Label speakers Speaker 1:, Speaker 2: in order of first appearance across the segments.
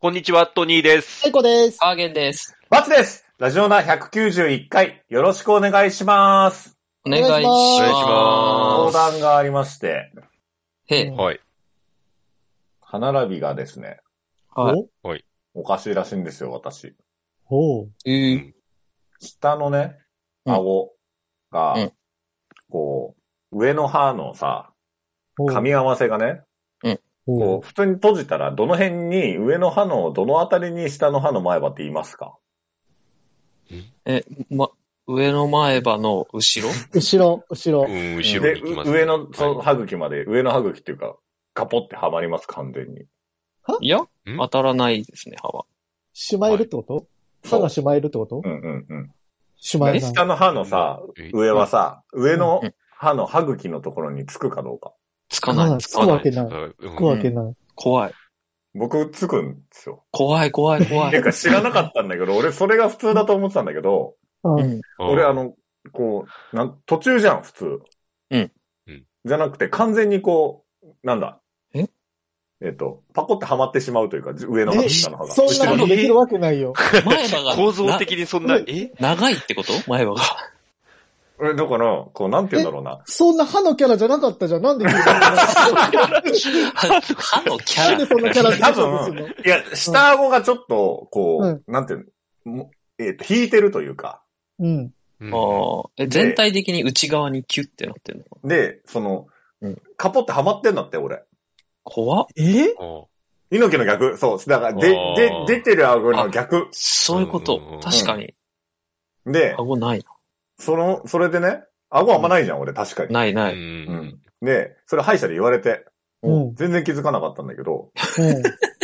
Speaker 1: こんにちは、トニーです。
Speaker 2: 最高です。
Speaker 3: アーゲンです。
Speaker 4: バツですラジオナ191回、よろしくお願いします。
Speaker 3: お願いし
Speaker 2: お
Speaker 3: ま
Speaker 1: 願
Speaker 3: す。
Speaker 1: いしま
Speaker 4: 相談がありまして、
Speaker 3: へえ
Speaker 1: はい。
Speaker 4: 歯並びがですね、
Speaker 3: はい。
Speaker 4: おかしいらしいんですよ、私。
Speaker 2: ほう。
Speaker 3: えー
Speaker 4: 下のね、
Speaker 3: うん
Speaker 4: 顎が、
Speaker 3: うん
Speaker 4: こう、上の歯のさ、
Speaker 2: ほう
Speaker 4: 噛み合わせがね、こう、普通に閉じたら、どの辺に、上の歯のどのあたりに下の歯の前歯って言いますか
Speaker 3: ま、上の前歯の後ろ
Speaker 2: 後ろ、後ろ
Speaker 1: う。ん、後ろ
Speaker 4: で、
Speaker 1: に行きま
Speaker 4: う
Speaker 1: す、
Speaker 4: 上の、その
Speaker 1: はい
Speaker 4: 歯茎まで、上の歯茎っていうか、ガポってはまります、完全に。
Speaker 3: いや、当たらないですね、歯は。
Speaker 2: しまえるってこと歯がしまえるってこと
Speaker 4: うんうんうん。
Speaker 2: しまえ
Speaker 4: で
Speaker 2: ない。
Speaker 4: 下の歯のさ、
Speaker 1: え
Speaker 4: 上はさ、上の
Speaker 3: うん
Speaker 4: 歯の歯茎のところにつくかどうか。
Speaker 3: つかな
Speaker 2: あ
Speaker 3: い。
Speaker 2: あ
Speaker 3: つ
Speaker 2: つ
Speaker 3: か
Speaker 2: く
Speaker 3: ない。
Speaker 2: わけない
Speaker 1: うん
Speaker 2: 食うわけない。
Speaker 3: 怖い。
Speaker 4: 僕、つくんですよ。
Speaker 3: 怖い、怖い、怖
Speaker 4: て
Speaker 3: い。
Speaker 4: か知らなかったんだけど、俺それが普通だと思ってたんだけど、
Speaker 2: う。
Speaker 3: うんん。
Speaker 4: 俺あ、の、こう、なん、途中じゃん、普通。
Speaker 3: うん
Speaker 1: うん。
Speaker 4: じゃなくて、完全にこう、なんだ。
Speaker 3: え
Speaker 4: えっと、パコってはまってしまうというか、上の歯と
Speaker 2: え、そ
Speaker 4: 下の
Speaker 2: ん
Speaker 4: 歯が。
Speaker 2: なことできるわけないよ。
Speaker 3: 前歯が。
Speaker 1: 構造的にそんな
Speaker 2: な、
Speaker 1: え
Speaker 3: な長いってこと前歯が。
Speaker 4: え、だから、こう、なんて言うんだろうな。
Speaker 2: そんな歯のキャラじゃなかったじゃん。なんで急に
Speaker 3: 歯のキ
Speaker 2: なんで
Speaker 3: ャ
Speaker 2: そんなキャラ付けようとするの
Speaker 4: いや、下顎がちょっと、こう、なんていうのもえっと、引いてるというか。
Speaker 2: うん。
Speaker 1: うん
Speaker 3: ラ。ああ。え、全体的に内側にキュッてなってるの
Speaker 4: で、その
Speaker 3: うん、
Speaker 4: カポってハマってんだって、俺。
Speaker 3: 怖っ。
Speaker 2: え
Speaker 1: あ
Speaker 4: 猪木の逆。そう。だから、で
Speaker 1: あ、ー
Speaker 4: で、出てる顎の逆。
Speaker 3: そういうこ
Speaker 1: うんうんう
Speaker 3: と
Speaker 1: ん。
Speaker 3: 確かに。
Speaker 4: で、
Speaker 3: 顎ない
Speaker 4: その、それでね、顎あんまないじゃん、俺、確か
Speaker 3: な。
Speaker 4: に。
Speaker 3: な
Speaker 1: う
Speaker 3: いない。
Speaker 4: うんん。で、それ歯医者で言われて、
Speaker 2: うん。うん。
Speaker 4: 全然気づかなかったんだけど、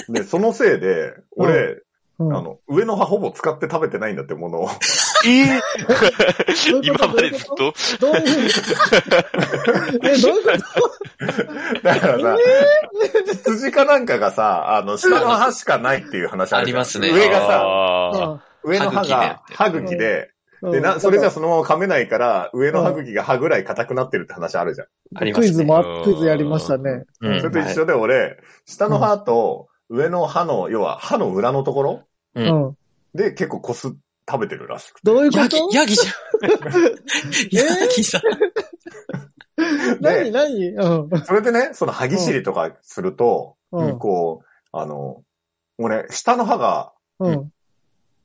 Speaker 4: で、そのせいで、俺、
Speaker 2: う
Speaker 4: あ
Speaker 2: ん。
Speaker 4: の、上の歯ほぼ使って食べてないんだってものを。
Speaker 1: え
Speaker 2: どういうこと
Speaker 1: ー今までずっと、
Speaker 2: どういうふうにえ、どういうこ
Speaker 4: だから
Speaker 2: と
Speaker 4: さ、羊かなんかがさ、あの、下の歯しかないっていう話あるじゃん
Speaker 3: ありますね
Speaker 4: 上がさ、
Speaker 1: あ
Speaker 2: あ
Speaker 4: 上の歯が
Speaker 3: 歯茎
Speaker 4: 歯
Speaker 3: で
Speaker 4: 茎で、
Speaker 2: うん
Speaker 4: で、な、それじゃ
Speaker 2: だ
Speaker 4: そのまま噛めないから、上の歯茎が歯ぐらい硬くなってるって話あるじゃん。
Speaker 3: ありま
Speaker 2: クイ
Speaker 3: す
Speaker 2: ズ
Speaker 3: ね。
Speaker 2: もあ、クイズやりましたね。
Speaker 3: うん
Speaker 4: それと一緒で俺、下の歯と上の歯の、要は歯の裏のところ
Speaker 3: う
Speaker 2: うんん。
Speaker 4: で結構こす、食べてるらしくて。
Speaker 2: どういう
Speaker 3: ヤ
Speaker 2: こ
Speaker 3: ギ
Speaker 2: と、
Speaker 3: ヤギじゃん。 ヤギさん。
Speaker 2: 何
Speaker 4: で、
Speaker 2: 何うん。
Speaker 4: それでね、その歯ぎしりとかすると、
Speaker 2: うん。
Speaker 4: こう、あの、俺、下の歯が
Speaker 2: うん。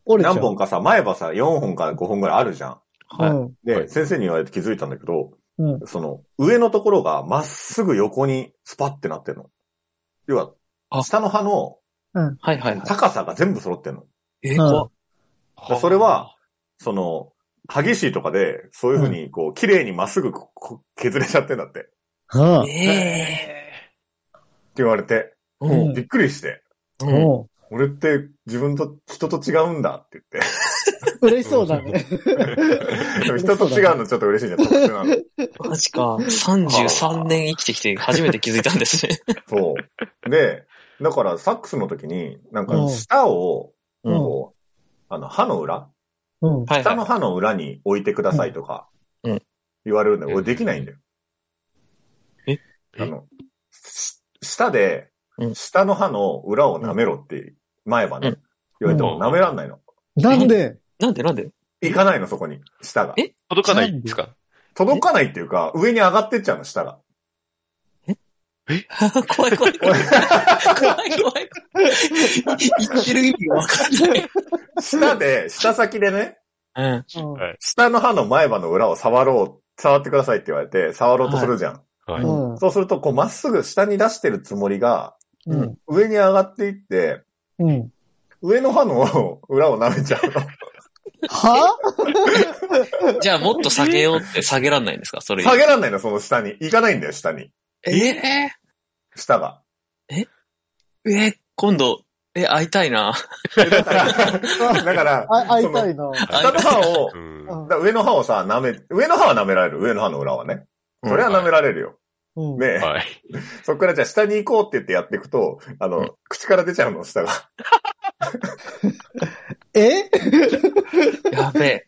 Speaker 2: 折れちゃ
Speaker 4: 何
Speaker 2: う。
Speaker 4: 本かさ、前歯さ、4本か5本ぐらいあるじゃん。
Speaker 3: はい。
Speaker 4: で、
Speaker 1: はい
Speaker 4: 先生に言われて気づいたんだけど、
Speaker 2: うん。うん。
Speaker 4: その、上のところがまっすぐ横にスパってなってるの。要は、
Speaker 3: あ
Speaker 4: 下の歯の
Speaker 3: はいはいはい。
Speaker 4: 高さが全部揃ってるの。
Speaker 3: えー、怖っ
Speaker 4: だからそれは、その、歯ぎしりとかで、そういうふうに、こう、綺麗にまっすぐここ削れちゃってんだって、って
Speaker 2: はあ。
Speaker 3: ええ
Speaker 4: 言われて、
Speaker 3: うん。
Speaker 4: びっくりして、
Speaker 3: うん。
Speaker 2: う
Speaker 4: 俺って自分と、人と違うんだって
Speaker 2: ん。嬉しそうだね。
Speaker 4: 言って、でも人と違うのちょっと嬉しいじゃん、特殊なの。
Speaker 3: マジか。33年生きてきて初めて気づいたんです ね。
Speaker 4: そう。で、だから、サックスの時に、なんか
Speaker 2: う、ん
Speaker 4: 舌を、
Speaker 2: うん
Speaker 4: こう、あの、歯の裏
Speaker 2: うん。
Speaker 3: はい
Speaker 4: 舌
Speaker 3: は
Speaker 4: の歯の裏に置いてくださいとか
Speaker 3: うんうん、
Speaker 4: 言われるんだけど、
Speaker 1: うん
Speaker 4: 俺できないんだよ。
Speaker 3: え
Speaker 4: あの、し舌で
Speaker 3: う、ん
Speaker 4: 下の歯の裏を舐めろって、前歯
Speaker 3: う
Speaker 4: ね
Speaker 3: ん、
Speaker 4: 言われても
Speaker 1: うん
Speaker 4: 舐めらんないの。
Speaker 2: なんで
Speaker 3: い。なんで なんで
Speaker 4: 行かないの、そこに、舌が
Speaker 3: え。
Speaker 1: 届かないんですか
Speaker 4: 届かないっていうか、上に上がってっちゃうの、舌が。
Speaker 3: 怖い 怖い怖い。怖い 怖い。言ってる意味がわかんない。
Speaker 4: 舌で、舌先でね、
Speaker 3: うん。
Speaker 2: うん
Speaker 1: はい
Speaker 4: 下の歯の前歯の裏を触ろう、触ってくださいって言われて、触ろうとするじゃん。
Speaker 1: は
Speaker 2: う
Speaker 1: い。
Speaker 2: ん。
Speaker 4: そうすると、こう、まっすぐ下に出してるつもりが、
Speaker 2: うん。
Speaker 4: 上に上がっていって、
Speaker 2: うん。
Speaker 4: 上の歯の裏を舐めちゃうの。
Speaker 2: は
Speaker 3: じゃあもっと下げようって下げらんないんですかそれ。
Speaker 4: 下げらんないの、その下に。行かないんだよ、下に。
Speaker 3: え
Speaker 4: 下が。
Speaker 3: ー、えー、今度、え、会いたい な。
Speaker 4: えだから、だから
Speaker 2: あ、会いたいな。
Speaker 4: その下の歯を、
Speaker 1: うん
Speaker 2: う
Speaker 4: だ
Speaker 2: ん
Speaker 4: から上の歯をさ、舐め、上の歯は舐められる、上の歯の裏はね。それは舐められるよ。
Speaker 2: うん。
Speaker 4: ね
Speaker 1: はい。
Speaker 4: そっからじゃあ下に行こうって言ってやっていくと、あの、
Speaker 3: うん
Speaker 4: 口から出ちゃうの、下が。
Speaker 2: え
Speaker 3: やべえ。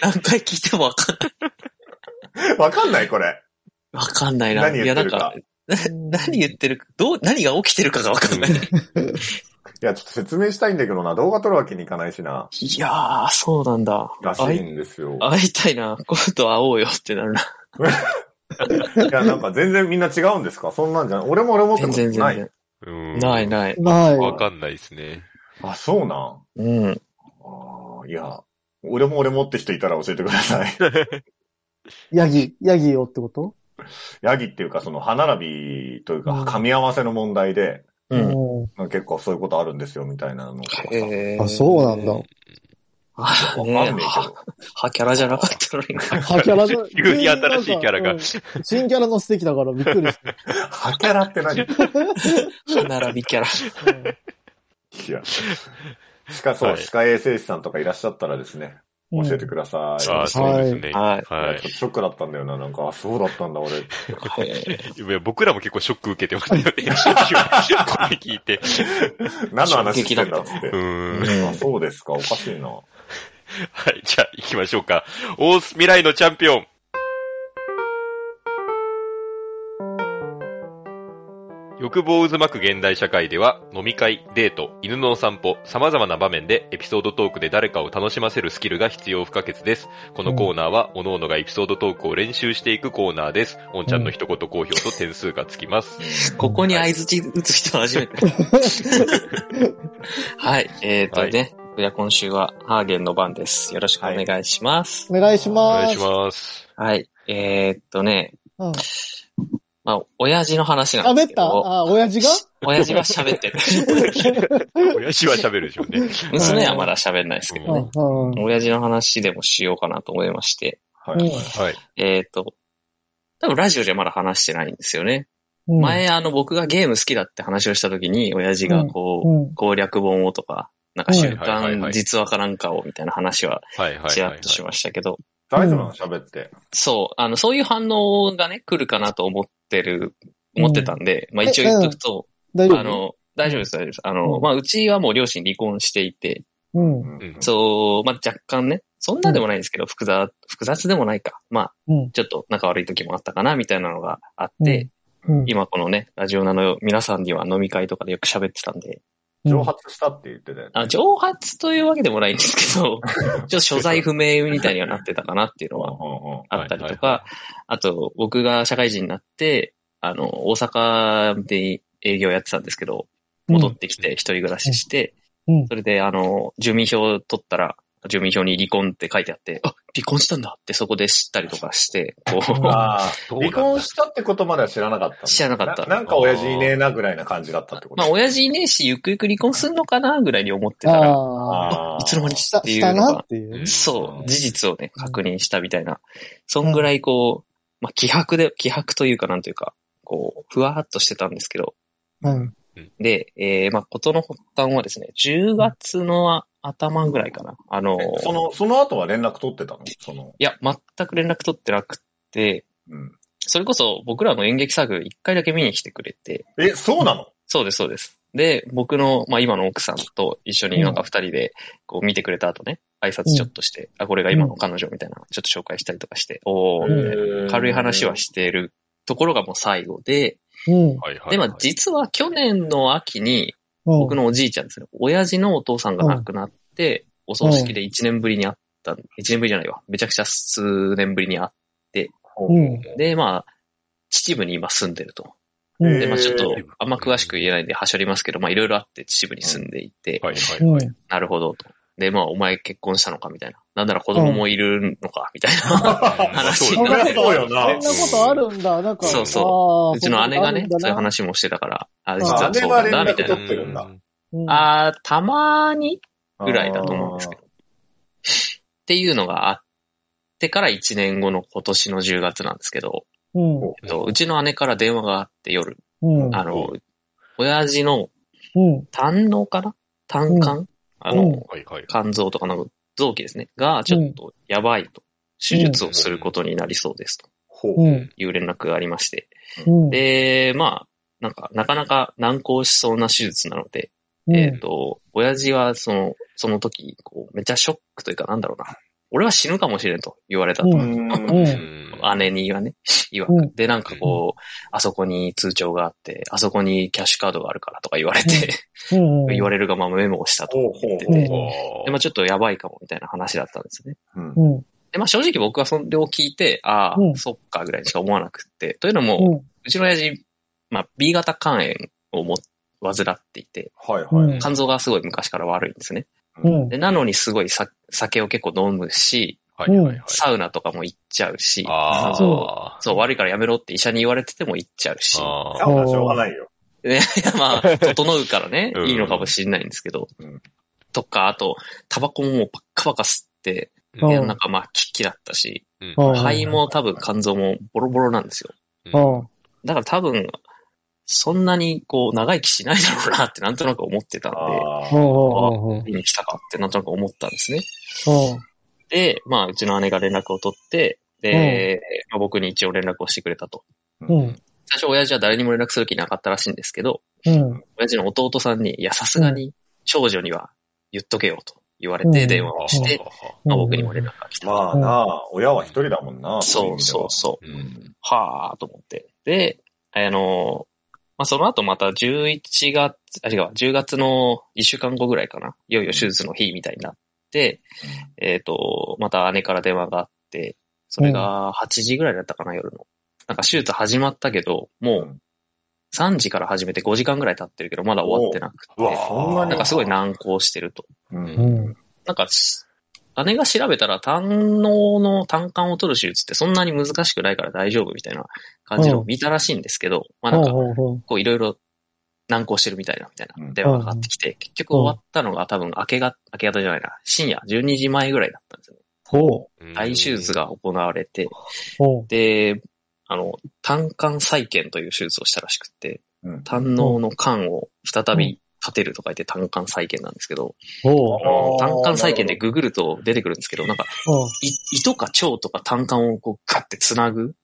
Speaker 3: 何回聞いてもわかんない。
Speaker 4: わかんない、これ。
Speaker 3: わかんないな。
Speaker 4: 何言っ
Speaker 3: い
Speaker 4: て
Speaker 3: や、な
Speaker 4: る
Speaker 3: ん
Speaker 4: か
Speaker 3: か、何言ってるか、どう、何が起きてるかがわかんない。
Speaker 4: いや、ちょっと説明したいんだけどな、動画撮るわけにいかないしな、
Speaker 3: いやー、そうなんだ。
Speaker 4: らしいんですよ。
Speaker 3: 会いたいな。今度会おうよってなるな。
Speaker 4: いや、なんか全然みんな違うんですかそんなんじゃない。俺も俺もって
Speaker 3: 全
Speaker 4: こと
Speaker 3: 然
Speaker 4: な
Speaker 3: 全
Speaker 4: い
Speaker 3: 然。。
Speaker 1: うん
Speaker 3: ないない。
Speaker 2: ない。
Speaker 1: わかんないですね。
Speaker 4: あ、そうなん。
Speaker 3: うん。
Speaker 4: あーいや、俺も俺もって人いたら教えてください。
Speaker 2: ヤギ、ヤギよってこと
Speaker 4: ヤギっていうか、その歯並びという
Speaker 2: う
Speaker 4: か
Speaker 2: ん、
Speaker 4: 噛み合わせの問題で、
Speaker 3: うん。
Speaker 2: う
Speaker 4: まあ結構そういうことあるんですよ、みたいなのとかさ。
Speaker 3: へー
Speaker 2: あ、そうなんだ。
Speaker 3: あ
Speaker 4: わかん
Speaker 3: ね
Speaker 4: ねえけ
Speaker 3: は、はキャラじゃなかったのにな。
Speaker 2: ん。はキャラだ
Speaker 1: 急に新しいキャラが
Speaker 2: うん新キャラの素敵だからびっくりした。
Speaker 4: ど。歯キャラって何い
Speaker 3: 歯並び キャラ。
Speaker 4: や。歯科、そう、
Speaker 1: はい
Speaker 4: 歯科衛生士さんとかいらっしゃったらですね、
Speaker 2: うん
Speaker 4: 教えてください。
Speaker 1: ああ、そうですね。
Speaker 3: はい
Speaker 1: はい
Speaker 4: ちょっとショックだったんだよな、なんか、あ、そうだったんだ、俺。
Speaker 1: いや僕らも結構ショック受けてましたよね。 これ聞いて。
Speaker 4: 何の話してんだっつって
Speaker 1: う。ん。
Speaker 4: あ、そうですか、おかしいな。
Speaker 1: はい、じゃあ行きましょうか。オース未来のチャンピオン。欲望渦巻く現代社会では、飲み会、デート、犬のお散歩、様々な場面でエピソードトークで誰かを楽しませるスキルが必要不可欠です。このコーナーは、各々がエピソードトークを練習していくコーナーです。おんちゃんの一言好評と点数がつきます。
Speaker 3: ここに合図打つ人は初め て。はい。えっ、ー、とね。じゃあ今週はハーゲンの番です。よろしくお願いします。
Speaker 2: お願いし
Speaker 1: お
Speaker 2: ま
Speaker 1: 願い
Speaker 2: す。
Speaker 1: します。
Speaker 3: はい。えー、っとね。
Speaker 2: うん
Speaker 3: まあ、親父の話なん
Speaker 2: あ、め
Speaker 3: です
Speaker 2: っ
Speaker 3: け
Speaker 2: た
Speaker 3: ど。
Speaker 2: あ、親父が
Speaker 3: 親父は喋っ てる。
Speaker 1: 親父は喋るでしょうね。
Speaker 3: 娘はまだ喋んないですけど
Speaker 2: う
Speaker 3: ね。
Speaker 2: んうんうん。
Speaker 3: 親父の話でもしようかなと思いまして。
Speaker 4: はい。
Speaker 2: うん
Speaker 1: はい。
Speaker 3: えー、っと。多分ラジオじゃまだ話してないんですよね。
Speaker 2: うん、
Speaker 3: 前、あの、僕がゲーム好きだって話をした時に、親父がこう、
Speaker 2: うん。
Speaker 3: 攻略本をとか、なんか習
Speaker 1: はいはいはいは
Speaker 3: 慣
Speaker 1: い
Speaker 3: 実話かなんかをみたいな話は
Speaker 1: はい、はい。
Speaker 3: ちらっとしましたけど、
Speaker 4: 大丈夫なの喋って。
Speaker 3: そう、あの、そういう反応がね、来るかなと思ってる、思ってたんで、まあ一応言っとくと、
Speaker 2: 大丈夫
Speaker 3: あ、の、大丈夫です、大丈夫です。あ
Speaker 2: う
Speaker 3: の、
Speaker 2: ん
Speaker 3: まあうちはもう両親離婚していて、
Speaker 2: うん。
Speaker 4: うん
Speaker 3: そう、まあ若干ね、そんなでもないんですけど、複雑、複雑でもないか。まあ、
Speaker 2: うん
Speaker 3: ちょっと仲悪い時もあったかな、みたいなのがあって、
Speaker 2: うん、
Speaker 3: 今このね、ラジオナの皆さんには飲み会とかでよく喋ってたんで、
Speaker 4: 蒸発したって言ってたよね。
Speaker 3: あ、蒸発というわけでもないんですけ ど、ちょっと所在不明みたいにはなってたかなっていうのは
Speaker 4: うんうんうん
Speaker 3: あったりと
Speaker 1: は
Speaker 3: か、あと僕が社会人になって、あの、大阪で営業やってたんですけど、戻ってきて一人暮らしして、
Speaker 2: うん
Speaker 3: それであの、住民票を取ったら、住民票に離婚って書いてあって、あ、離婚したんだってそこで知ったりとかして、こう、
Speaker 4: ああ、離婚したってことまでは知らなかったんだ。
Speaker 3: 知らなかった
Speaker 4: ななんか親父いねえなぐらいな感じだったって こと。
Speaker 3: まあ親父いねえし、ゆくゆく離婚すんのかなぐらいに思ってたら、
Speaker 2: ああ、
Speaker 3: いつの間に
Speaker 2: した、
Speaker 3: ってい
Speaker 2: し
Speaker 3: うの
Speaker 2: た
Speaker 3: が
Speaker 2: なっていう。
Speaker 3: そうう、
Speaker 4: ん
Speaker 3: 事実をね、確認したみたいな。そんぐらいこう、まあ、気迫で、気迫というかなんというか、こう、ふわーっとしてたんですけど、
Speaker 2: うん。
Speaker 3: で、えー、まあ、ことの発端はですね、10月の頭ぐらいかな。あの、
Speaker 4: その、その後は連絡取ってたのその、
Speaker 3: いや、全く連絡取ってなくて、
Speaker 4: うん。
Speaker 3: それこそ僕らの演劇サークル一回だけ見に来てくれて、
Speaker 4: え、そうなの
Speaker 3: そうです、そうです。で、僕の、まあ、今の奥さんと一緒になんか二人で、こう見てくれた後ね、挨拶ちょっとして、あ、これが今の彼女みたいな、ちょっと紹介したりとかして、おー、みたいな。軽い話はしているところがもう最後で、
Speaker 2: うん。
Speaker 1: はい、はい。
Speaker 3: で、ま
Speaker 1: はい
Speaker 3: あ、実は去年の秋に、
Speaker 2: 僕
Speaker 3: 僕、のおじいちゃんですね、親父のお父さんが亡くなって、お葬式で1年ぶりに会った、1年ぶりじゃないわ、めちゃくちゃ数年ぶりに会っ
Speaker 2: うん。
Speaker 3: て、まあ、秩父に今住んでると。
Speaker 2: う
Speaker 4: え
Speaker 3: で、
Speaker 4: ー
Speaker 2: ん。
Speaker 3: まあちょっと、あんま詳しく言えないんで、はしょりますけど、まあいろいろあって秩父に住んでいて、
Speaker 1: はい、はい。
Speaker 2: うん。
Speaker 3: なるほど、と。で、まあお前結婚したのか、みたいな。なんなら子供もいるのか、みたいな。話
Speaker 2: になって
Speaker 4: そうよ
Speaker 2: そん
Speaker 4: な
Speaker 2: な。ことあるんだ、なんか。
Speaker 3: そう
Speaker 2: そう
Speaker 3: ちの姉がね、そうい
Speaker 2: 話。
Speaker 3: う話もしてたから、あ、
Speaker 2: ん
Speaker 3: 実はそうなんだ、みたい
Speaker 4: 撮
Speaker 3: な
Speaker 4: っ。てるんだ
Speaker 2: うん
Speaker 3: あーたまーにぐらいだと思うんですけど。
Speaker 4: あ
Speaker 3: っていうのがあってから1年後の今年の10月なんですけど、
Speaker 2: うん。
Speaker 3: えっとうちの姉から電話があって夜、
Speaker 2: うん。
Speaker 3: あの、親父の
Speaker 2: うん。
Speaker 3: 胆のかな胆管、あ
Speaker 2: う
Speaker 3: の
Speaker 2: ん、
Speaker 1: はい、はい。
Speaker 3: 肝臓とかの臓器ですね。が、ちょっとやばいと。手術をすることになりそうですと
Speaker 4: ほ
Speaker 2: う
Speaker 4: う。
Speaker 2: ん。
Speaker 3: いう連絡がありまして。
Speaker 2: うん。
Speaker 3: で、まあ、なんか、なかなか難航しそうな手術なので、
Speaker 2: うん、
Speaker 3: えっ、と、親父はその、その時、こう、めっちゃショックというかなんだろうな。俺は死ぬかもしれんと言われたと。
Speaker 2: う
Speaker 4: うん
Speaker 2: う
Speaker 1: うんん
Speaker 3: 姉にはね、言わ、
Speaker 2: うん
Speaker 3: で、なんかこう、あそこに通帳があって、あそこにキャッシュカードがあるからとか言われて、
Speaker 2: うん。
Speaker 3: 言わ
Speaker 2: れ
Speaker 3: れるがままメモをしたと
Speaker 4: ほうほ
Speaker 3: 言
Speaker 4: う
Speaker 3: って
Speaker 4: ほう
Speaker 3: て、
Speaker 1: お
Speaker 3: で、まあちょっとやばいかもみたいな話だったんですね。
Speaker 4: うん
Speaker 2: う。ん。
Speaker 3: で、まあ正直僕はそれを聞いて、ああ、
Speaker 2: うん
Speaker 3: そっかぐらいにしか思わなくって、というのも、
Speaker 2: う
Speaker 3: う
Speaker 2: ん。
Speaker 3: ちの親父、まあ B 型肝炎をも、患っていて、
Speaker 4: はいは
Speaker 2: うん
Speaker 4: い。
Speaker 3: 肝臓がすごい昔から悪いんですね。
Speaker 2: うん。
Speaker 3: で、なのにすごいさ酒を結構飲むし、
Speaker 1: はいはいはい。
Speaker 3: サウナとかも行っちゃうし、
Speaker 1: ああ。
Speaker 2: そ
Speaker 3: そう、悪いからやめろって医者に言われてても行っちゃうし、
Speaker 1: あ
Speaker 4: あ
Speaker 1: あ
Speaker 4: んましょうがないよ。
Speaker 3: ね、 まあ、整うからね
Speaker 1: う、ん
Speaker 3: いいのかもしれないんですけど、
Speaker 4: うん
Speaker 3: とか、あと、タバコももうパッカパカ吸って、
Speaker 1: う
Speaker 3: で
Speaker 2: うん
Speaker 3: なんかまあ、キッキだったし、
Speaker 1: うん
Speaker 2: うん
Speaker 3: 肺も多分肝臓もボロボロなんですよ。
Speaker 2: うん。
Speaker 3: だから多分、そんなにこう、長生きしないだろうなってなんとなく思ってたんで、
Speaker 4: あ
Speaker 2: うん
Speaker 4: ー
Speaker 2: うんうん
Speaker 3: 見に来たかってなんとなく思ったんですね。
Speaker 2: うん
Speaker 3: で、まあ、うちの姉が連絡を取って、で、まあ僕に一応連絡をしてくれたと。
Speaker 2: うん。
Speaker 3: 最初親父は誰にも連絡する気なかったらしいんですけど、
Speaker 2: うん。
Speaker 3: 親父の弟さんに、いや、さすがに、長女には言っとけよと言われて、
Speaker 2: うん
Speaker 3: 電話をして、まあ僕にも連絡が来た。
Speaker 4: まあなあ、親は一人だもんな。
Speaker 3: そうそう
Speaker 4: そ
Speaker 3: そうう。
Speaker 1: ん。
Speaker 3: はあ、と思って。で、あの、まあ、その後また11月、あ、違う、10月の1週間後ぐらいかな。いよいよ手術の日みたいになって、えっ、と、また姉から電話があって、それが8時ぐらいだったかな、夜の。なんか手術始まったけど、もう3時から始めて5時間ぐらい経ってるけど、まだ終わってなくて、
Speaker 1: うわ
Speaker 4: うそんなに
Speaker 3: なんかすごい難航してると。
Speaker 4: う。う。
Speaker 2: うんん。
Speaker 3: なんか、姉が調べたら、胆のの胆管を取る手術ってそんなに難しくないから大丈夫みたいな感じのを見たらしいんですけど、まあなんか、
Speaker 2: う
Speaker 3: こういろいろ難航してるみたいな、みたいな電話がかかってきて、結局終わったのが多分明けが、明け方じゃないな、深夜12時前ぐらいだったんですよね。
Speaker 2: ほ
Speaker 3: 大手術が行われて、
Speaker 2: う。ほ
Speaker 3: で、あの、胆管再建という手術をしたらしくって、
Speaker 4: うん
Speaker 3: 胆のの管を再び立てると書いて胆管再建なんですけど、
Speaker 2: う。ほ
Speaker 3: あの
Speaker 4: あー
Speaker 3: 胆管再建でググると出てくるんですけど、なんか、い胃とか腸とか胆管をこうガッて繋ぐ
Speaker 2: う。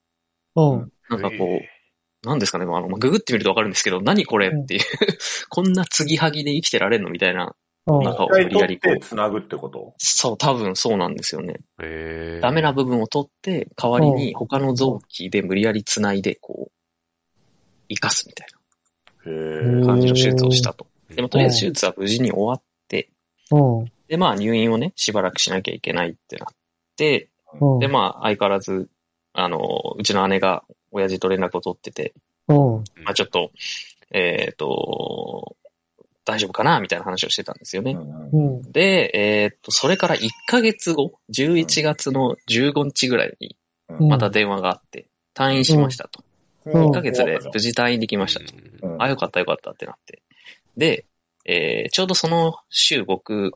Speaker 2: うん。
Speaker 3: なんかこう、なんですかね、まああの、まあググってみるとわかるんですけど、何これっていう、 こんな継ぎはぎで生きてられんのみたいな、
Speaker 2: うん。
Speaker 3: なんか
Speaker 4: 一
Speaker 3: を無
Speaker 4: 回
Speaker 3: 理や
Speaker 4: 取
Speaker 3: り
Speaker 4: っ
Speaker 3: こう
Speaker 4: て、繋ぐってこと
Speaker 3: そう、多分そうなんですよね。
Speaker 1: ええ。
Speaker 3: ダメな部分を取って、代わり
Speaker 2: う
Speaker 3: に他の臓器で無理やり繋いで、こう、生かすみたい
Speaker 4: へ
Speaker 2: う
Speaker 4: え
Speaker 2: ん
Speaker 3: な感じの手術をしたと。
Speaker 1: うん
Speaker 3: でもとりあえず手術は無事に終わって、
Speaker 2: うん。
Speaker 3: で、まあ入院をね、しばらくしなきゃいけないってなって、
Speaker 2: うん。
Speaker 3: で、まあ、相変わらず、あの、うちの姉が親父と連絡を取ってて、
Speaker 2: うん。
Speaker 3: まあ、ちょっと、えっ、と、大丈夫かなみたいな話をしてたんですよね。
Speaker 2: うん。
Speaker 3: で、えっ、と、それから1ヶ月後、11月の15日ぐらいに、
Speaker 2: うん
Speaker 3: また電話があって、退院しましたと。
Speaker 2: うん
Speaker 3: 1ヶ月で無事退院でき
Speaker 1: 出
Speaker 3: ましたと。
Speaker 1: と。
Speaker 4: うん
Speaker 3: あ、よかったよかったってなって。で、えーちょうどその週僕、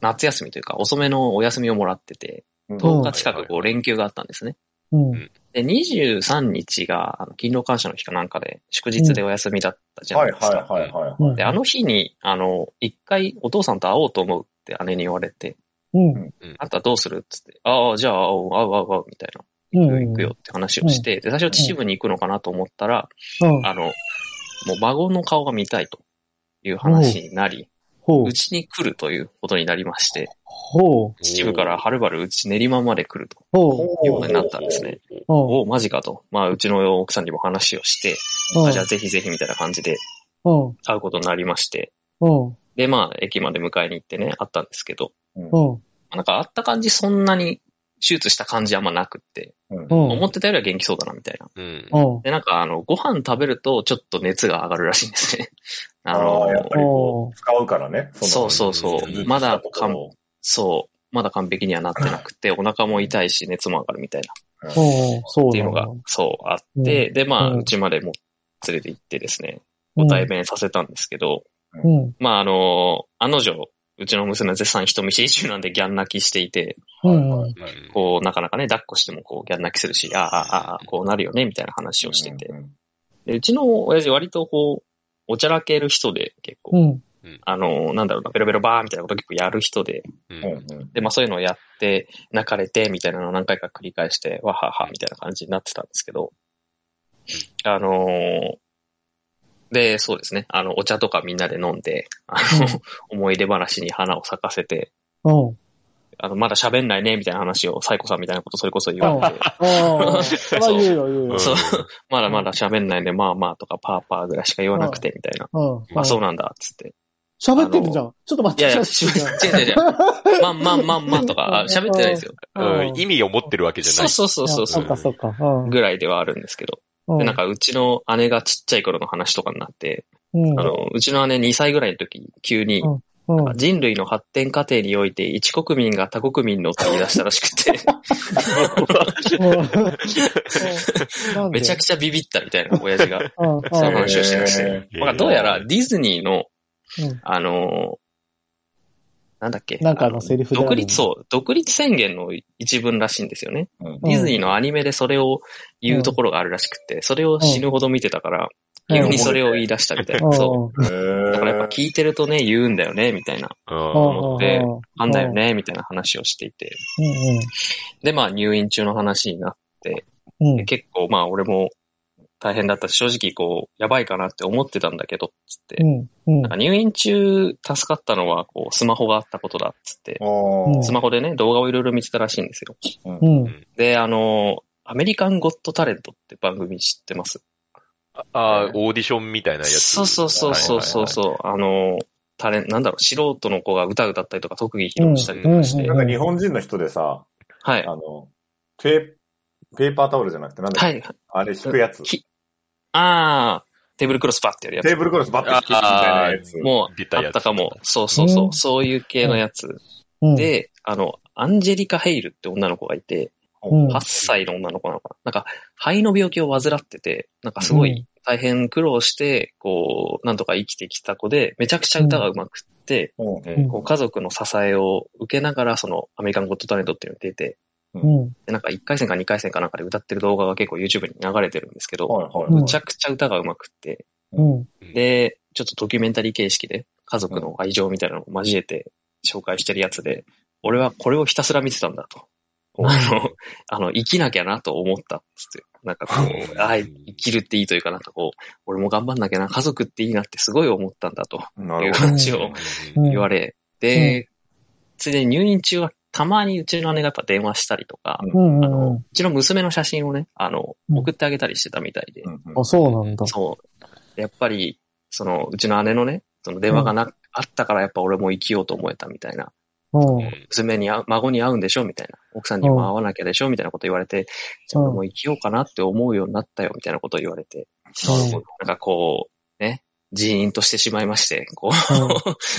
Speaker 3: 夏休みというか、遅めのお休みをもらってて、10日近くこう連休があったんですね。
Speaker 2: うん。
Speaker 3: で、23日が、あの、勤労感謝の日かなんかで、祝日でお休みだったじゃな
Speaker 4: はいい
Speaker 3: ですか。
Speaker 4: はいはいはい。
Speaker 2: うん。
Speaker 3: で、あの日に、あの、一回お父さんと会おうと思うって姉に言われて、
Speaker 2: うん。
Speaker 3: あんたどうするっつって、ああ、じゃあ、会おう、会う、会う、会う、みたいな。
Speaker 2: うん。
Speaker 3: 行くよ行くよって話をして、で、最初秩父に行くのかなと思ったら、
Speaker 2: うん。
Speaker 3: あの、もう孫の顔が見たいという話になり、
Speaker 2: ほう
Speaker 3: う。ちに来るということになりまして、
Speaker 2: ほう。
Speaker 3: 秩父からはるばるうち練馬まで来ると
Speaker 2: ほう。
Speaker 3: いうことになったんですね。
Speaker 2: ほう。
Speaker 3: おお、マジかと。まあ、うちの奥さんにも話をして、
Speaker 2: うん。
Speaker 3: あじゃあぜひぜひみたいな感じで
Speaker 2: うん。
Speaker 3: 会うことになりまして、
Speaker 2: うん。
Speaker 3: で、まあ、駅まで迎えに行ってね、会ったんですけど、
Speaker 2: うん。
Speaker 3: なんか会った感じそんなに手術した感じあんまなくって、
Speaker 2: うん。
Speaker 3: 思ってたよりは元気そうだなみたいな。
Speaker 1: うん。
Speaker 2: うん。
Speaker 3: で、なんかあの、ご飯食べるとちょっと熱が上がるらしいんですね。 あの
Speaker 4: あーやっぱり
Speaker 2: お
Speaker 4: こう、使うからね。
Speaker 3: そう
Speaker 4: う。
Speaker 3: そうそうう。
Speaker 1: ん
Speaker 3: まだかん、そう。まだ完璧にはなってなく て、お腹も痛いし、熱も上がるみたい
Speaker 2: う
Speaker 3: な、
Speaker 2: ん。そう
Speaker 3: っていうのが、そう、あって、で、まあ、
Speaker 2: うん
Speaker 3: うちまでも連れて行ってですね、ご対面させたんですけど、
Speaker 2: うん。
Speaker 3: まあ、あの、あの女、うちの娘は絶賛人見知り中なんでギャン泣きしていて、
Speaker 2: うん。
Speaker 3: こう、なかなかね、抱っこしてもこう、ギャン泣きするし、ああ、ああああ、こうなるよね、みたいな話をしてて。で、うちの親父割とこう、おちゃらける人で、
Speaker 2: う
Speaker 3: 結構、
Speaker 2: ん。
Speaker 3: あの、なんだろうな、ベロベロバーみたいなこと結構やる人で、
Speaker 1: うん。うん。
Speaker 4: う
Speaker 3: で、まあそういうのをやって、泣かれて、みたいなのを何回か繰り返して、わはは、みたいな感じになってたんですけど、あのーで、そうですね、あの、お茶とかみんなで飲んで、あの、思い出話に花を咲かせて、
Speaker 2: うん。
Speaker 3: あの、まだ喋んないね、みたいな話を、サイコさんみたいなことそれこそ言
Speaker 2: うん。
Speaker 3: われて、
Speaker 2: ああ。それは言うよ、言うよ。
Speaker 3: そう
Speaker 1: うん
Speaker 3: まだまだ喋んないね、まあまあとか、パーパーぐらいしか言わなくて、みたいな。
Speaker 2: うん。
Speaker 3: まあそうなんだ、つって。
Speaker 2: 喋ってるじゃん。ちょっと待っ
Speaker 3: いやい
Speaker 2: て、
Speaker 3: や、
Speaker 2: 喋ってるじゃん。
Speaker 3: 違う違う違う。まあまあまあまあ とか、あ喋ってないですよ。
Speaker 1: うん意味を持ってるわけじゃ
Speaker 3: そ
Speaker 1: な
Speaker 3: う
Speaker 1: い。
Speaker 3: そうそうそう。
Speaker 1: そ
Speaker 3: そう
Speaker 2: あそうか、そうか。うん
Speaker 3: ぐらいではあるんですけど。
Speaker 2: う
Speaker 3: で、
Speaker 2: ん。
Speaker 3: なんか、うちの姉がちっちゃい頃の話とかになって、
Speaker 2: うん、
Speaker 3: あの、うちの姉2歳ぐらいの時、急に、
Speaker 2: うん、
Speaker 3: 人類の発展過程において一国民が他国民のって言い出したらしく て、
Speaker 2: うん。
Speaker 3: めちゃく
Speaker 2: ち
Speaker 3: ちゃビビったみたいな、親父が。
Speaker 2: ゃ、うん、うん
Speaker 3: その話をしてました
Speaker 4: へ
Speaker 3: ね。まあ、どうやらディズニーの
Speaker 2: うん、
Speaker 3: あのー、なんだっけ
Speaker 2: なんかあのセリフである
Speaker 3: 独立、そう、独立宣言の一文らしいんですよね。
Speaker 4: うん
Speaker 3: ディズニーのアニメでそれを言うところがあるらしくて、それを死ぬほど見てたから、
Speaker 2: うん
Speaker 3: 急にそれを言い出したみたいな。そ
Speaker 2: う
Speaker 3: う。
Speaker 2: ん。
Speaker 3: だからやっぱ
Speaker 4: ー。
Speaker 3: 聞いてるとね、言うんだよね、みたいな。
Speaker 1: うん
Speaker 3: 思ってあんだよね、みたいな話をしていて。で、まあ入院中の話にな
Speaker 2: うん、うん、う
Speaker 3: って、
Speaker 2: ん。
Speaker 3: 結構まあ俺も大変だったし、正直こう、やばいかなって思ってたんだけど、つって。
Speaker 2: うん、うん
Speaker 3: なんか入院中助かったのは、こう、スマホがあったことだっつって、
Speaker 4: あ
Speaker 2: うん
Speaker 3: スマホでね、動画をいろいろ見てたらしいんですよ。
Speaker 2: うん。
Speaker 3: で、あの、アメリカンゴットタレントって番組知ってます
Speaker 1: ああ、オーディションみたいなやつ。
Speaker 3: そうそうそうそうそうそう、あの、タレン、なんだろう、素人の子が歌歌ったりとか特技披露したりとかして、
Speaker 2: うん
Speaker 4: なんか日本人の人でさ、
Speaker 3: はい。
Speaker 4: あの、ペー、ペーパータオルじゃなくてなんだっ
Speaker 3: は
Speaker 4: け
Speaker 3: い。
Speaker 4: あれ引くやつ。
Speaker 3: きあー、テーブルクロスパってやるや
Speaker 4: テー
Speaker 3: つ。
Speaker 4: ブルクロスバッて引くみたいなやつ。
Speaker 3: も
Speaker 1: 出
Speaker 3: う、
Speaker 1: た
Speaker 3: あ
Speaker 1: や
Speaker 3: っ
Speaker 1: つ
Speaker 3: たかも。そうそうそうう。
Speaker 2: ん
Speaker 3: そういう系のやつ。
Speaker 2: うん、
Speaker 3: で、あの、アンジェリカ・ヘイルって女の子がいて、
Speaker 2: うん
Speaker 3: 8歳の女の子なのかな。なんか、肺の病気を患ってて、なんかすごい大変苦労して、こう、なんとか生きてきた子で、めちゃくちゃ歌が上手くって、
Speaker 4: うん
Speaker 1: うん
Speaker 2: うん
Speaker 3: こう家族の支えを受けながら、その、アメリカンゴッドタレントっていうのに出て、
Speaker 2: うん、
Speaker 3: でなんか1回戦か2回戦かなんかで歌ってる動画が結構 YouTube に流れてるんですけど、
Speaker 4: はいは
Speaker 2: うん
Speaker 4: い。
Speaker 3: めちゃくちゃ歌が上手くって、
Speaker 2: うん、
Speaker 3: で、ちょっとドキュメンタリー形式で家族の愛情みたいなのを交えて紹介してるやつで、俺はこれをひたすら見てたんだと。あの、あの、生きなきゃなと思ったっつって。なんかこ
Speaker 1: う
Speaker 3: う、
Speaker 1: ん
Speaker 3: ああ生きるっていいというかなんかこう、俺も頑張んなきゃな、家族っていいなってすごい思ったんだと
Speaker 4: ないる
Speaker 3: う
Speaker 4: ほ
Speaker 3: 話を
Speaker 2: うん。
Speaker 3: 言われ、で、ついでに入院中はたまにうちの姉がやっぱ電話したりとか、
Speaker 2: うん、
Speaker 3: あの、
Speaker 2: う
Speaker 3: うちの娘の写真をね、あの、
Speaker 2: うん
Speaker 3: 送ってあげたりしてたみたいで
Speaker 4: ど。う、んうん
Speaker 2: ん。あ、そうなんだ。
Speaker 3: そう。やっぱり、その、うちの姉のね、その電話がな、あったからやっぱ俺も生きようと思えたみたいな。
Speaker 2: うん、うん、
Speaker 3: 娘に会う、孫に会うんでしょみたいな。奥さんにも会わなきゃでしょみたいなこと言われて、じゃあ俺も生きようかなって思うようになったよみたいなことを言われて、なんかこう、ね、ジーンとしてしまいまして、こ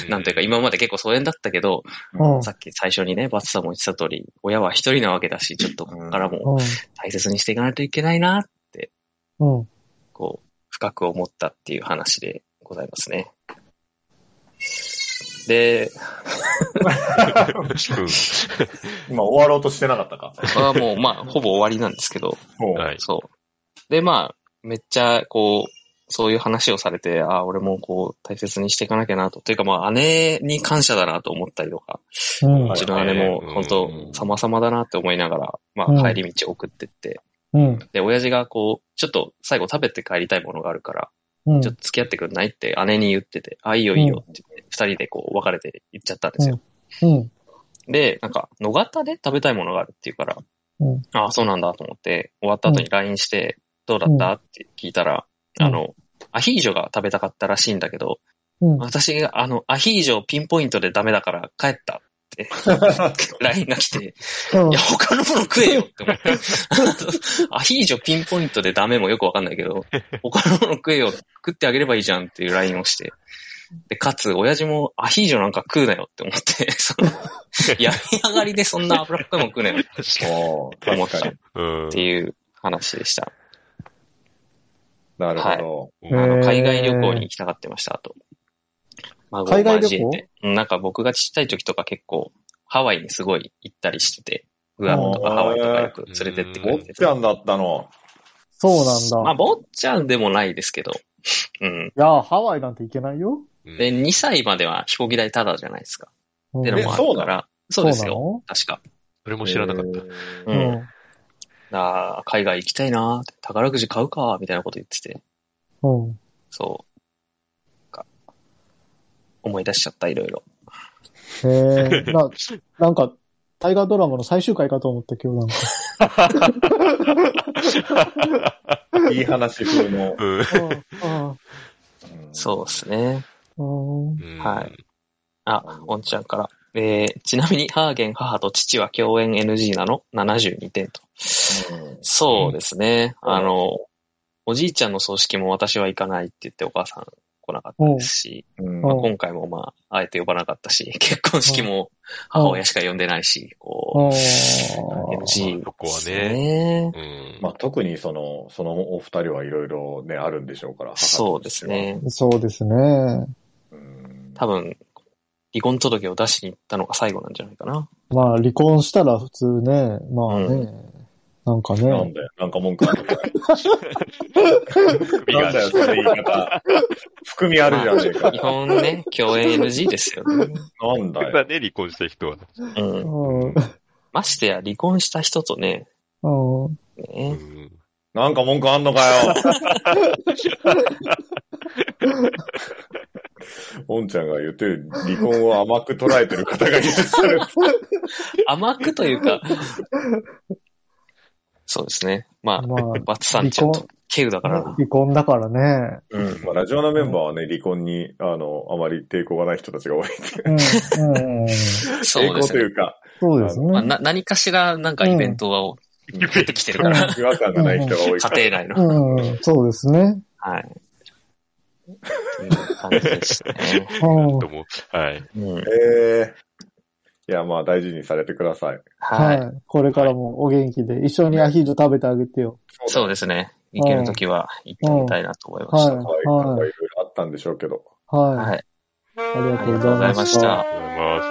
Speaker 3: う、なんていうか今まで結構疎遠だったけど、
Speaker 2: うん、
Speaker 3: さっき最初にね、バツさんも言ってた通り、親は一人なわけだし、ちょっとここからも大切にしていかないといけないな、
Speaker 2: うん、うん。
Speaker 3: こう、深く思ったっていう話でございますね。で、
Speaker 4: 今終わろうとしてなかったか。
Speaker 3: これはもう まあ、ほぼ終わりなんですけど、
Speaker 4: もう
Speaker 1: はい。
Speaker 3: そう。で、まあ、めっちゃ、こう、そういう話をされて、ああ、俺もこう、大切にしていかなきゃなと。というか、まあ、姉に感謝だなと思ったりとか、
Speaker 2: うん
Speaker 3: うちの姉も
Speaker 1: はい、
Speaker 3: 本当
Speaker 1: うん
Speaker 3: 様々だなって思いながら、ま
Speaker 2: うん
Speaker 3: あ、帰り道送ってって。
Speaker 2: うん、
Speaker 3: で、親父がこう、ちょっと最後食べて帰りたいものがあるから、
Speaker 2: うん
Speaker 3: ちょっと付き合ってくんないって姉に言ってて、あ、いいよいいよって言って、二人でこう、別れて行っちゃったんですよ。
Speaker 2: うん、
Speaker 3: で、なんか、野方で食べたいものがあるっていうから、
Speaker 2: うん
Speaker 3: ああ、そうなんだと思って、終わった後に LINE して、どうだった、
Speaker 2: う
Speaker 3: って聞いたら、
Speaker 2: うん
Speaker 3: あの、アヒージョが食べたかったらしいんだけど、
Speaker 2: うん。
Speaker 3: 私が、あの、アヒージョピンポイントでダメだから帰ったって LINE が来て、いや、他のもの食えよって思って。アヒージョピンポイントでダメもよくわかんない けど、他のもの食えよ、食ってあげればいいじゃんっていう LINE をして。で、かつ、親父もアヒージョなんか食うなよって思って、 そ の、やり上がりでそんな脂っこいもん食うなよっ
Speaker 4: おー
Speaker 3: て思った
Speaker 4: 確か
Speaker 3: っ
Speaker 4: に。
Speaker 1: うん
Speaker 3: ていう話でした。
Speaker 4: なるほど。
Speaker 2: へ
Speaker 3: あ
Speaker 2: ー
Speaker 3: の、海外旅行に行きたがってました、あと。孫を
Speaker 2: 海外旅行
Speaker 3: 交えてうんなんか僕がちっちゃい時とか結構、ハワイにすごい行ったりしてて、グアムとかハワイとかよく連れてってく
Speaker 4: お
Speaker 3: れ
Speaker 4: ってち
Speaker 3: て。
Speaker 4: ゃんだったの。
Speaker 2: そうなんだ。
Speaker 3: まあ、坊ちゃんでもないですけど。うん。
Speaker 2: いや、ハワイなんて行けないよ。
Speaker 3: で、2歳までは飛行機代タダじゃないですか。
Speaker 2: うん
Speaker 3: ってのもあるから。そうですよ。
Speaker 2: そ
Speaker 3: 確か。
Speaker 1: それも知らなかった。
Speaker 3: う
Speaker 2: うなの
Speaker 3: ん。あー海外行きたいなー宝くじ買うか、みたいなこと言ってて。
Speaker 2: うん。うん。
Speaker 3: そう。か思い出しちゃった、いろいろ。
Speaker 2: へえ。な、なんか、大河ドラマの最終回かと思った今日なんか。
Speaker 4: いい話風の。
Speaker 1: うん
Speaker 2: あ
Speaker 3: そうですね。
Speaker 2: あ、うん
Speaker 1: うん
Speaker 3: はい。あ、おんちゃんから。えー、ちなみに、ハーゲン母と父は共演 NG なの ?72 点と。そうですね。あの、おじいちゃんの葬式も私は行かないって言ってお母さん来なかったですし、
Speaker 4: うん
Speaker 2: うん
Speaker 3: 今回もまあ、あえて呼ばなかったし、 結婚式も母親しか呼んでないし、こう、NG
Speaker 1: そこはね
Speaker 3: ですね。
Speaker 1: うん。
Speaker 4: まあ、特にその、そのお二人はいろいろね、あるんでしょうから。
Speaker 3: そうですね。
Speaker 2: そうですね。
Speaker 4: うん。
Speaker 3: 多分、離婚届を出しに行ったのが最後なんじゃないかな。ま
Speaker 2: まあ、離婚したら普通ね、まあね、
Speaker 3: う
Speaker 2: なんか
Speaker 4: な
Speaker 2: ね
Speaker 4: ん、だよ。なんか文句ある。
Speaker 1: 首
Speaker 4: なん
Speaker 1: が
Speaker 4: だよ、その言い方。含みあるじゃねえ
Speaker 3: あ
Speaker 4: か。
Speaker 3: 日本ね、共演 NG ですよね。
Speaker 4: なんだよ。
Speaker 1: だね、離婚した人は。
Speaker 3: う。
Speaker 2: うんん、うん、
Speaker 3: ましてや、離婚した人とね、
Speaker 1: う
Speaker 3: ね
Speaker 1: ん
Speaker 4: なんか文句あんのかよ。おんちゃんが言ってる離婚を甘く捉えてる方がいらっしゃる。
Speaker 3: 甘くというか、そうですね。まあ、
Speaker 2: まあ
Speaker 3: バツさんちゃんと、ケウだからな。
Speaker 2: 離婚だからね。
Speaker 3: うん。
Speaker 4: まあ、ラジオのメンバーはね、離婚に、あの、あまり抵抗がない人たちが多い。
Speaker 2: うん、うん、うん
Speaker 3: そうで
Speaker 4: 抵抗
Speaker 3: す
Speaker 4: と
Speaker 3: ね。
Speaker 4: いうか、
Speaker 2: そうですね。
Speaker 3: まあ、な何かしら、なんかイベントは出てきてるから、
Speaker 4: 違和感がない人が多いから。
Speaker 3: 家庭内の。
Speaker 2: うん、そうですね。
Speaker 3: はい。という感じですね。
Speaker 2: うん
Speaker 1: とも、はい。
Speaker 3: うん。
Speaker 4: ええいや、まあ、大事にされてください。
Speaker 3: は。
Speaker 2: はいい。これからもお元気で、一緒にアヒージョ食べてあげてよ。
Speaker 3: そうですね。行けるときは行ってみたいなと思いまし
Speaker 2: はい
Speaker 3: た。。
Speaker 4: はい。なんか
Speaker 2: はい
Speaker 4: ろいろあったんでしょうけど。
Speaker 2: い。は。
Speaker 3: はいい。
Speaker 2: あり
Speaker 3: あ
Speaker 2: が
Speaker 3: り
Speaker 2: とう
Speaker 3: がとう
Speaker 2: ご
Speaker 3: ご
Speaker 2: ざ
Speaker 3: ざ
Speaker 2: い
Speaker 3: いま
Speaker 2: ま
Speaker 3: し
Speaker 2: した。
Speaker 3: た。
Speaker 1: ありがとうございます。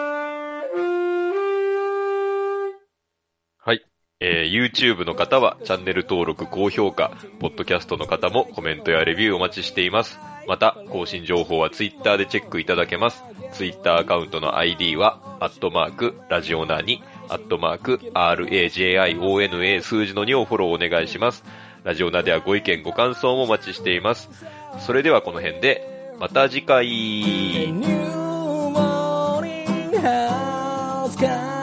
Speaker 1: はい。えー YouTube の方はチャンネル登録、高評価、Podcast の方もコメントやレビューお待ちしています。また、更新情報は Twitter でチェックいただけます。Twitter アカウントの ID は、アットマーク、ラジオナーに、アットマーク、RAJIONA 数字の2をフォローお願いします。ラジオナーではご意見、ご感想もお待ちしています。それではこの辺で、また次回。
Speaker 5: A new morning has come